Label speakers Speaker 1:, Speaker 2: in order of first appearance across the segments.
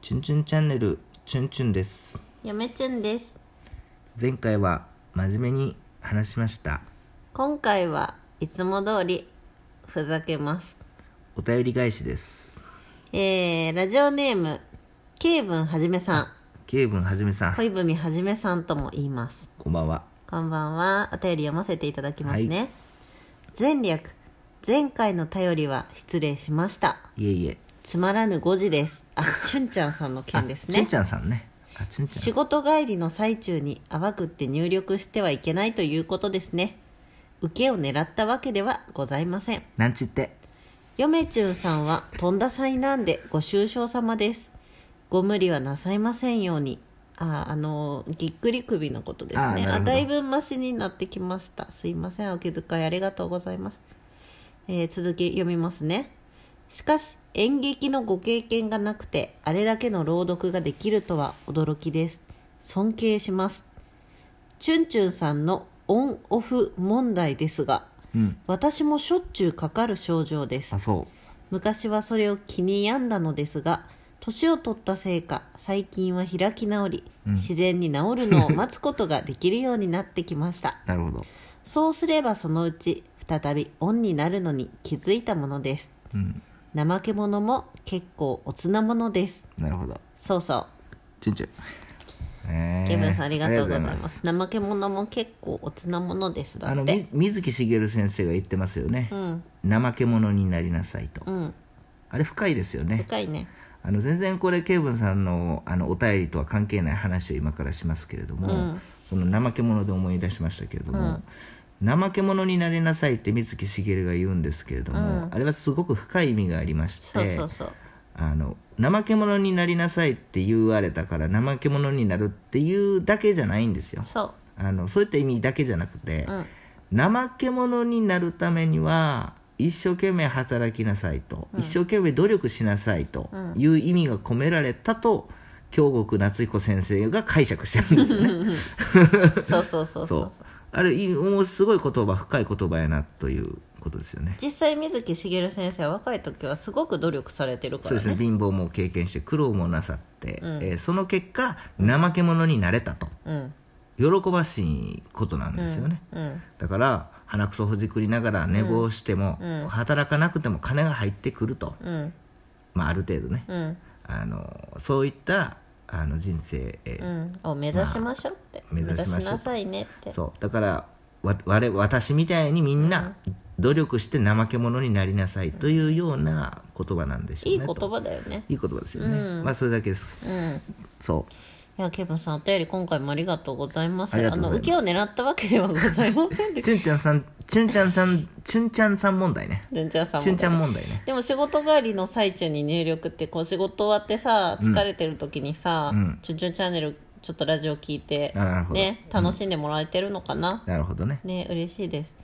Speaker 1: チュンチュンチャンネルチュンチュンです
Speaker 2: やめちゅんです
Speaker 1: 前回は真面目に話しました
Speaker 2: 今回はいつも通りふざけます
Speaker 1: お便り返しです
Speaker 2: えー、ラジオネームケイブンはじめさん
Speaker 1: ケイブンはじめさん、
Speaker 2: 恋文はじめさんとも言います
Speaker 1: こんばんは
Speaker 2: こんばんはお便り読ませていただきますね、前略前回の便りは失礼しました
Speaker 1: いえいえ
Speaker 2: つまらぬ5時ですあちゅんちゃんさんの件です
Speaker 1: チュン
Speaker 2: ね
Speaker 1: ちゃんさんねあチュンちゃん
Speaker 2: 仕事帰りの最中に淡くって入力してはいけないということですね受けを狙ったわけではございません
Speaker 1: なんちって
Speaker 2: ヨメチュンさんはとんだ災難でご愁傷様ですご無理はなさいませんようにああのぎっくり首のことです
Speaker 1: あーなる
Speaker 2: ね
Speaker 1: ほど
Speaker 2: あだいぶマシになってきましたすいませんお気遣いありがとうございます、えー続き読みますねしかし演劇のご経験がなくてあれだけの朗読ができるとは驚きです尊敬しますチュンチュンさんのオンオフ問題ですが
Speaker 1: うん
Speaker 2: 私もしょっちゅうかかる症状です
Speaker 1: あそ
Speaker 2: 昔はそれを気に病んだのですが年を取ったせいか最近は開き直り、自然に治るのを待つことができるようになってきました
Speaker 1: うなるほど
Speaker 2: そうすればそのうち再びオンになるのに気づいたものです
Speaker 1: うん
Speaker 2: 怠け者も結構おつなものです
Speaker 1: なるほど
Speaker 2: そうそう
Speaker 1: チュンチュンえー
Speaker 2: ケブンさんありがとうござ
Speaker 1: あ
Speaker 2: いま
Speaker 1: りがとうございます
Speaker 2: 怠け者も結構おつなものですだ
Speaker 1: あの
Speaker 2: っ
Speaker 1: み
Speaker 2: て
Speaker 1: 水木しげる先生が言ってますよね、
Speaker 2: うん
Speaker 1: 怠け者になりなさいと、
Speaker 2: うん
Speaker 1: あれ深いですよね
Speaker 2: 深いね
Speaker 1: あの全然これケイブンさんのあのお便りとは関係ない話を今からしますけれども、
Speaker 2: うん
Speaker 1: その怠け者で思い出しましたけれども、怠け者になりなさいって水木しげるが言うんですけれども、
Speaker 2: うん
Speaker 1: あれはすごく深い意味がありまして
Speaker 2: そうそうそう、
Speaker 1: あの怠け者になりなさいって言われたから怠け者になるっていうだけじゃないんですよ
Speaker 2: そう
Speaker 1: あのそういった意味だけじゃなくて、
Speaker 2: うん
Speaker 1: 怠け者になるためには一生懸命働きなさいと、一生懸命努力しなさいという意味が込められたと京極夏彦先生が解釈してるんですよね。
Speaker 2: そうそうそう
Speaker 1: そうあれいいもうすごい言葉深い言葉やなということですよね。
Speaker 2: 実際水木しげる先生は若い時はすごく努力されてるか
Speaker 1: そう
Speaker 2: ら
Speaker 1: ですね
Speaker 2: ね
Speaker 1: 貧乏も経験して苦労もなさって、
Speaker 2: ん
Speaker 1: えーその結果怠け者になれたと
Speaker 2: うん
Speaker 1: 喜ばしいことなんですよね。
Speaker 2: うん
Speaker 1: だから鼻くそほじくりながら寝坊しても、
Speaker 2: うん
Speaker 1: 働かなくても金が入ってくると、
Speaker 2: うん
Speaker 1: まあ、ある程度ね
Speaker 2: うん
Speaker 1: あのそういったあの人生、えー
Speaker 2: うんを目指しましょうって、
Speaker 1: まあ目指しましょう
Speaker 2: 目指なさいねって
Speaker 1: そうだからわ我々私みたいにみんな努力して怠け者になりなさいというような言葉なんでしょう
Speaker 2: い
Speaker 1: ね
Speaker 2: い言
Speaker 1: と
Speaker 2: 葉だよね
Speaker 1: いい言葉ですよね、
Speaker 2: うん
Speaker 1: まあそれだけです
Speaker 2: うん
Speaker 1: そ
Speaker 2: いやケブンさんお便り今回もありがとうございます
Speaker 1: ありがとうございます
Speaker 2: の受けを狙ったわけではございません
Speaker 1: う
Speaker 2: で
Speaker 1: チュンちゃんさんチュンちゃんさんチュンちゃんさん問題ね
Speaker 2: じゅんちゃんさんも
Speaker 1: チュンちゃん問題ね
Speaker 2: でも仕事帰りの最中に入力ってこう仕事終わってさ疲れてる時にさ「
Speaker 1: うん
Speaker 2: ちゅんちゅんチャンネル」ちょっとラジオ聞いて
Speaker 1: あなるほど、
Speaker 2: ね楽しんでもらえてるのかな、
Speaker 1: なるほどね
Speaker 2: ね嬉しいです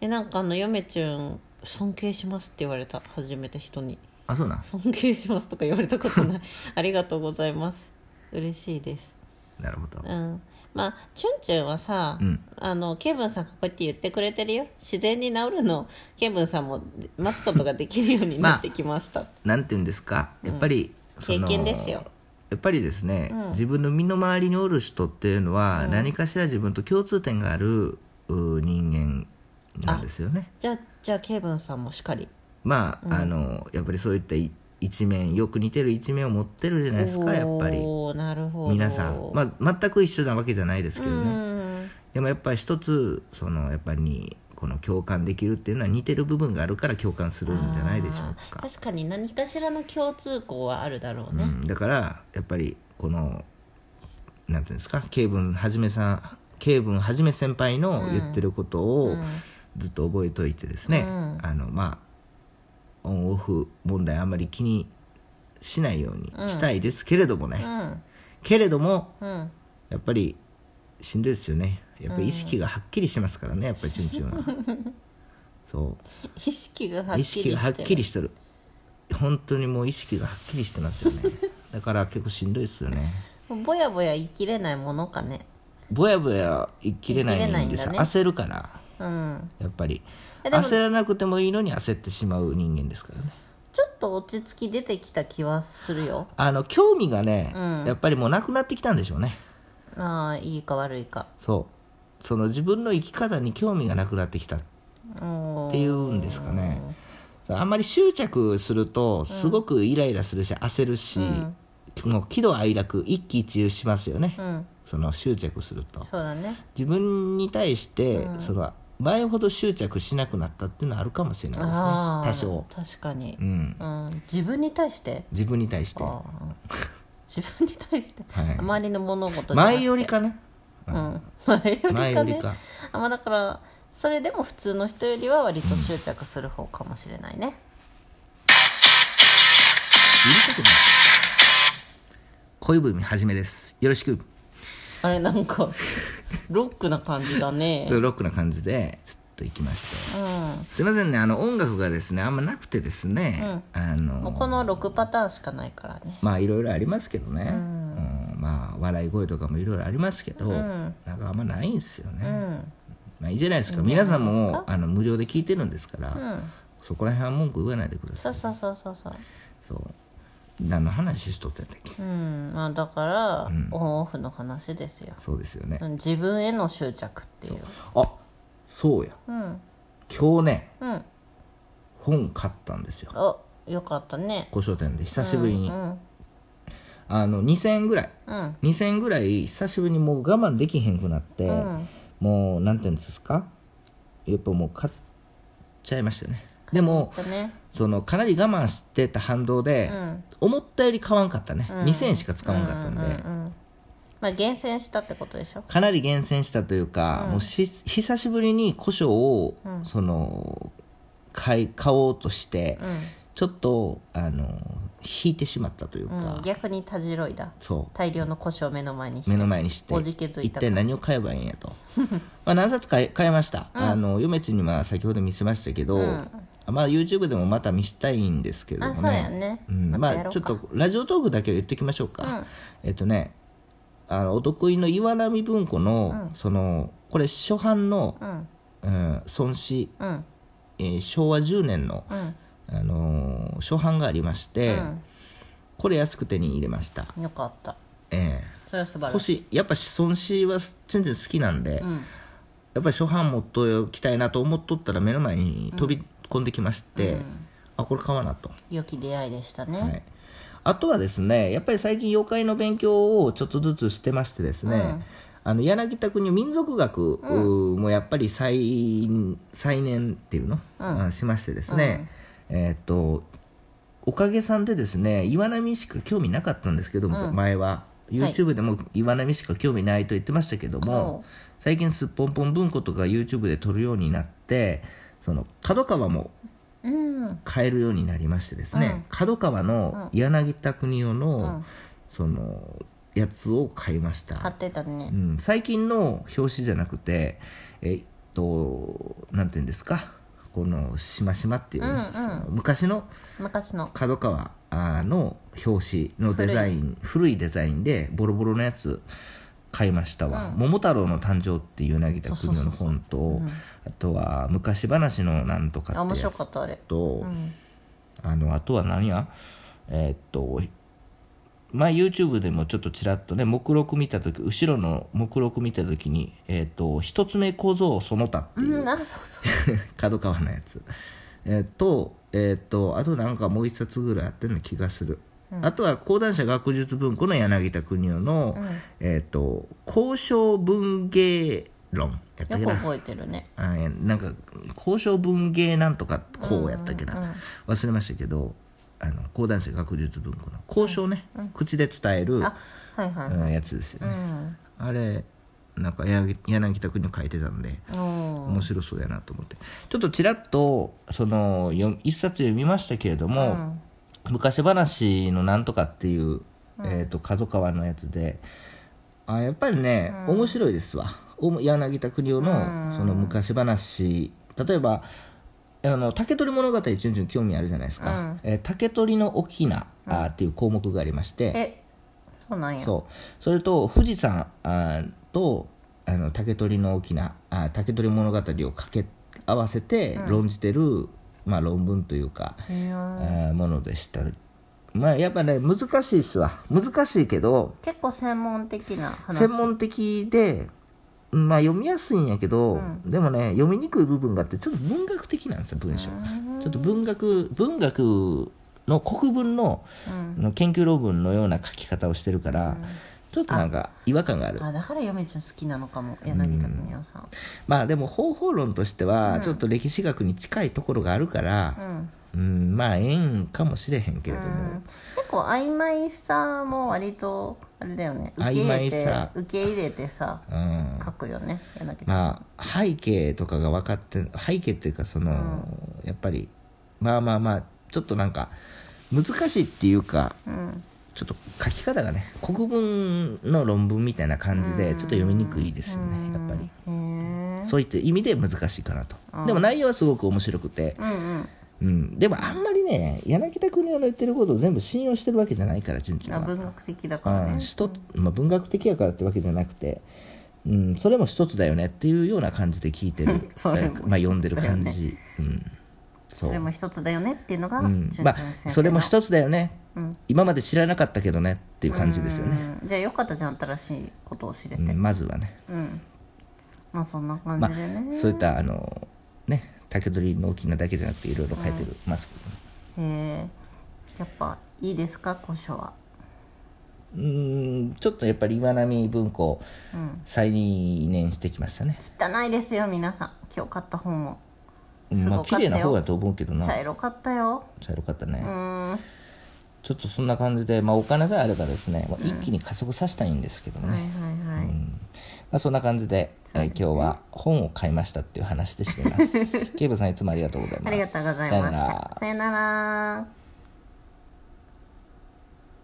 Speaker 2: でなんかあの「嫁ちゅん尊敬します」って言われた初めて人に
Speaker 1: あそうな
Speaker 2: 「
Speaker 1: ん
Speaker 2: 尊敬します」とか言われたこと ないありがとうございます嬉しいです
Speaker 1: なるほど
Speaker 2: うんまあチュンチュンはさ、
Speaker 1: うん
Speaker 2: あのケンブンさんがこうやって言ってくれてるよ自然に治るのをケンブンさんも待つことができるようになってきました、
Speaker 1: なんて言うんですかやっぱり、その
Speaker 2: 経験ですよ
Speaker 1: やっぱりですね、自分の身の回りにおる人っていうのは、何かしら自分と共通点があるう人間なんですよね
Speaker 2: じゃあじゃあケンブンさんもしっかり
Speaker 1: まあ,、あのやっぱりそういったい一面よく似てる一面を持ってるじゃないですかやっぱり
Speaker 2: おーなるほど
Speaker 1: 皆さん、まあ、全く一緒なわけじゃないですけど
Speaker 2: う
Speaker 1: ね、
Speaker 2: ん
Speaker 1: でもやっぱり一つそのやっぱりこの共感できるっていうのは似てる部分があるから共感するんじゃないでしょう
Speaker 2: あー
Speaker 1: か
Speaker 2: 確かに何かしらの共通項はあるだろうね、
Speaker 1: うん、だからやっぱりこのなんていうんですか慶文はじめさん慶文はじめ先輩の言ってることをずっと覚えといてですね、
Speaker 2: うん
Speaker 1: あのまあオンオフ問題あんまり気にしないようにしたいですけれどもね、
Speaker 2: うん
Speaker 1: けれども
Speaker 2: うん
Speaker 1: やっぱりしんどいですよねやっぱり意識がはっきりしてますからねやっぱりチュンチュン はそ
Speaker 2: 意識がはっ
Speaker 1: う意
Speaker 2: きりして
Speaker 1: 識
Speaker 2: る
Speaker 1: がはっきりしてる本当にもう意識がはっきりしてますよね だから結構しんどいですよね
Speaker 2: ぼやぼや言い切れないものかね
Speaker 1: ぼやぼや言い切れないんです
Speaker 2: 言い切れないんだね
Speaker 1: 焦るから
Speaker 2: うん
Speaker 1: やっぱり
Speaker 2: えでも
Speaker 1: 焦らなくてもいいのに焦ってしまう人間ですからね
Speaker 2: ちょっと落ち着き出てきた気はするよ
Speaker 1: あの興味がね、
Speaker 2: うん
Speaker 1: やっぱりもうなくなってきたんでしょうね
Speaker 2: ああいいか悪いか
Speaker 1: そうその自分の生き方に興味がなくなってきたっ
Speaker 2: お
Speaker 1: ていうんですかねあんまり執着するとすごくイライラするし焦るし、もう喜怒哀楽一喜一憂しますよね、
Speaker 2: うん
Speaker 1: その執着すると
Speaker 2: そうだね
Speaker 1: 自分に対して、その前ほど執着しなくなったっていうのはあるかもしれないですね
Speaker 2: ああ
Speaker 1: 多少、
Speaker 2: 確かに
Speaker 1: う、ん、
Speaker 2: うん、自分に対して
Speaker 1: 自分に対して
Speaker 2: ああ自分に対して、
Speaker 1: はい
Speaker 2: 周りの物事じゃなくて
Speaker 1: 前よりかね
Speaker 2: うん前よりかね
Speaker 1: 前よりか
Speaker 2: あまあだからそれでも普通の人よりは割と執着する方かもしれないね、
Speaker 1: 許したくない恋文はじめですよろしく
Speaker 2: あれなんかロックな感じだね
Speaker 1: ちょっとロックな感じでちょっと行きまして
Speaker 2: う
Speaker 1: すいませんねあの音楽がですねあんまなくてですね、あの
Speaker 2: んもうこの6パターンしかないからね
Speaker 1: まあいろいろありますけどね、うんまあ笑い声とかもいろいろありますけど、
Speaker 2: ん
Speaker 1: なんかあんまないんですよね、
Speaker 2: うん
Speaker 1: まあいいじゃないですか皆さんもあの無料で聞いてるんですから、
Speaker 2: うん
Speaker 1: そこら辺は文句言わないでくださ
Speaker 2: そ
Speaker 1: いう
Speaker 2: そうそうそうそう
Speaker 1: そう何の話しとったんだっけ
Speaker 2: うんまあだから、
Speaker 1: ん
Speaker 2: オンオフの話ですよ
Speaker 1: そうですよね、
Speaker 2: うん自分への執着っていう
Speaker 1: あそうや
Speaker 2: うん
Speaker 1: 今日ね
Speaker 2: うん
Speaker 1: 本買ったんですよ
Speaker 2: およかったね
Speaker 1: 古書店で久しぶりに、
Speaker 2: うん
Speaker 1: あの2000円ぐらい
Speaker 2: うん
Speaker 1: 2000円ぐらい久しぶりにもう我慢できへんくなって、
Speaker 2: うん
Speaker 1: もうなんていうんですかやっぱもう買っちゃいましたねでも
Speaker 2: だね
Speaker 1: そのかなり我慢してた反動で、
Speaker 2: うん
Speaker 1: 思ったより買わんかったね、2000円しか使わんかったんで、
Speaker 2: うんうんうんまあ厳選したってことでしょ
Speaker 1: かなり厳選したというか、もうし久しぶりに古書を、その買い買おうとして、
Speaker 2: うん
Speaker 1: ちょっとあの引いてしまったというか、
Speaker 2: うん、逆にたじろいだ
Speaker 1: そう
Speaker 2: 大量の胡椒を目の前にして
Speaker 1: 目の前にして
Speaker 2: おじけづい
Speaker 1: 一
Speaker 2: た
Speaker 1: 体何を買えばいいんや とまあ何冊買い買いました、あの嫁ちんには先ほど見せましたけど、
Speaker 2: ん
Speaker 1: まあ YouTube でもまた見したいんですけれど
Speaker 2: あ
Speaker 1: もね
Speaker 2: そうやね、
Speaker 1: うんま
Speaker 2: たや
Speaker 1: あ
Speaker 2: ろう
Speaker 1: ち
Speaker 2: か
Speaker 1: ょっとラジオトークだけは言っておきましょうか、えっとねあのお得意の岩波文庫の、そのこれ初版の、
Speaker 2: うん
Speaker 1: うん、孫子、
Speaker 2: うん
Speaker 1: えー昭和10年の、
Speaker 2: うん
Speaker 1: あのー初版がありまして、これ安く手に入れました、
Speaker 2: よかった
Speaker 1: え
Speaker 2: それは素
Speaker 1: え
Speaker 2: 晴らしい
Speaker 1: 星やっぱ孫子は全然好きなんで、やっぱり初版持っときたいなと思っとったら目の前に飛び込んできまして、あこれ買わなと、
Speaker 2: 良き出会いでしたね、
Speaker 1: はい、あとはですねやっぱり最近妖怪の勉強をちょっとずつしてましてですね、あの柳田君に民族学うーもやっぱり再再燃っていうの、あしましてですね、えーっとおかげさんでですね岩波しか興味なかったんですけども、前は YouTube でも岩波しか興味ないと言ってましたけども、
Speaker 2: おう
Speaker 1: 最近すっぽんぽん文庫とか YouTube で撮るようになってその角川も
Speaker 2: うん
Speaker 1: 買えるようになりましてですね、角川の柳田国夫の、そのやつを買いました、
Speaker 2: 買ってたね
Speaker 1: うん、最近の表紙じゃなくてえっとなんていうんですかこの「しましま」っていうね、
Speaker 2: うんうん
Speaker 1: その昔の
Speaker 2: 昔の
Speaker 1: 角川あの表紙のデザイン古いデザインでボロボロのやつ買いましたわ「桃太郎の誕生」っていう柳田国夫の本とあとは「昔話のなんとか」
Speaker 2: あ
Speaker 1: っ
Speaker 2: 面
Speaker 1: てや
Speaker 2: 白
Speaker 1: つ
Speaker 2: かったあれ
Speaker 1: と、
Speaker 2: ん
Speaker 1: あのあとは何やえーっと前 YouTube でもちょっとちらっとね目録見た時後ろの目録見た時に「えーっと一つ目小僧その他」って
Speaker 2: う
Speaker 1: いうん
Speaker 2: あそうそう
Speaker 1: 角川のやつ、えーと,、えー、とあとなんかもう一冊ぐらいあったような気がする、あとは講談社学術文庫の柳田邦夫 の「えー、と交渉文芸論」やったっけ
Speaker 2: よく
Speaker 1: な
Speaker 2: 覚えてるね
Speaker 1: あえなんか交渉文芸なんとかこうやったっけな、忘れましたけどあの講談社学術文庫の交渉ね、口で伝える、
Speaker 2: あはいはい、
Speaker 1: うんやつですよね、あれなんか柳柳田君に書いてたんで
Speaker 2: お
Speaker 1: 面白そうやなと思ってちょっとちらっとそのよ一冊読みましたけれども、昔話のなんとかっていう、えー、と角川のやつであやっぱりね、面白いですわおも柳田邦夫のその昔話例えばあの竹取物語ちゅんちゅん興味あるじゃないですか「えー竹取の翁」あーっていう項目がありまして、
Speaker 2: えそうなんや
Speaker 1: そうそれと富士山あーとあの竹取の大きなあー竹取物語をかけ合わせて論じてるまあ、論文というか、
Speaker 2: へー
Speaker 1: えーものでしたまあやっぱね難しいっすわ難しいけど
Speaker 2: 結構専門的な話
Speaker 1: 専門的でまあ読みやすいんやけど、
Speaker 2: うん
Speaker 1: でもね読みにくい部分があってちょっと文学的なんですよ文章がちょっと文学文学の国文の
Speaker 2: うん
Speaker 1: の研究論文のような書き方をしてるから、ちょっとなんか違和感がある
Speaker 2: あだから嫁ちゃん好きなのかも柳田邦夫さん
Speaker 1: まあでも方法論として
Speaker 2: う
Speaker 1: は
Speaker 2: ん
Speaker 1: ちょっと歴史学に近いところがあるか
Speaker 2: う
Speaker 1: ら、
Speaker 2: ん、
Speaker 1: うんまあええんかもしれへんけれども、
Speaker 2: うん結構曖昧さも割とあれだよね受け入れ
Speaker 1: 曖昧
Speaker 2: て
Speaker 1: さ
Speaker 2: 受け入れてさ
Speaker 1: うん
Speaker 2: 書くよね柳田さん、
Speaker 1: まあ背景とかが分かって背景っていうかその、やっぱりまあまあまあちょっとなんか難しいっていうか
Speaker 2: うん
Speaker 1: ちょっと書き方がね国文の論文みたいな感じでちょっと読みにくいですよね、やっぱり
Speaker 2: へえ
Speaker 1: そういった意味で難しいかなと、でも内容はすごく面白くて、
Speaker 2: うんうん
Speaker 1: うん、でもあんまりね柳田邦夫の言ってることを全部信用してるわけじゃないから純ちゃ
Speaker 2: あ
Speaker 1: んは
Speaker 2: 文学的だから
Speaker 1: うん
Speaker 2: ね
Speaker 1: 一つまあ、文学的やからってわけじゃなくて、うん、それも一つだよねっていうような感じで聞いてる
Speaker 2: それも
Speaker 1: まあ読んでる感じ、うん、
Speaker 2: それも一つだよねっていうのが
Speaker 1: うん
Speaker 2: 純ちゃ
Speaker 1: ま
Speaker 2: ん先生
Speaker 1: あ
Speaker 2: の
Speaker 1: それも一つだよね、
Speaker 2: うん
Speaker 1: 今まで知らなかったけどねっていう感じですよね、
Speaker 2: うんじゃあよかったじゃん新しいことを知れて
Speaker 1: うんまずはね
Speaker 2: うんまあそんな感
Speaker 1: ま
Speaker 2: じ
Speaker 1: あ
Speaker 2: でね、
Speaker 1: そういったあのね竹取の大きなだけじゃなくていろいろ書いてるますけどね、
Speaker 2: へえやっぱいいですか古書は
Speaker 1: うーんちょっとやっぱり岩波文庫
Speaker 2: うん
Speaker 1: 再認念してきましたね、
Speaker 2: 汚いですよ皆さん今日買った本も
Speaker 1: うんまあ
Speaker 2: すごか
Speaker 1: 綺
Speaker 2: ったよ
Speaker 1: 麗な方だと思うけどな
Speaker 2: 茶色かったよ
Speaker 1: 茶色かったね、
Speaker 2: うーん
Speaker 1: ちょっとそんな感じで、まあ、お金さえあればですね、まあ一気に加速させたいんですけどね、
Speaker 2: はいはいはい、
Speaker 1: うんまあ、そんな感じでえー今日は本を買いました っていう話で締めますケイブさんいつもありがとうございます
Speaker 2: ありがとうござい
Speaker 1: さよ
Speaker 2: ま
Speaker 1: な
Speaker 2: し
Speaker 1: ら
Speaker 2: たさよなら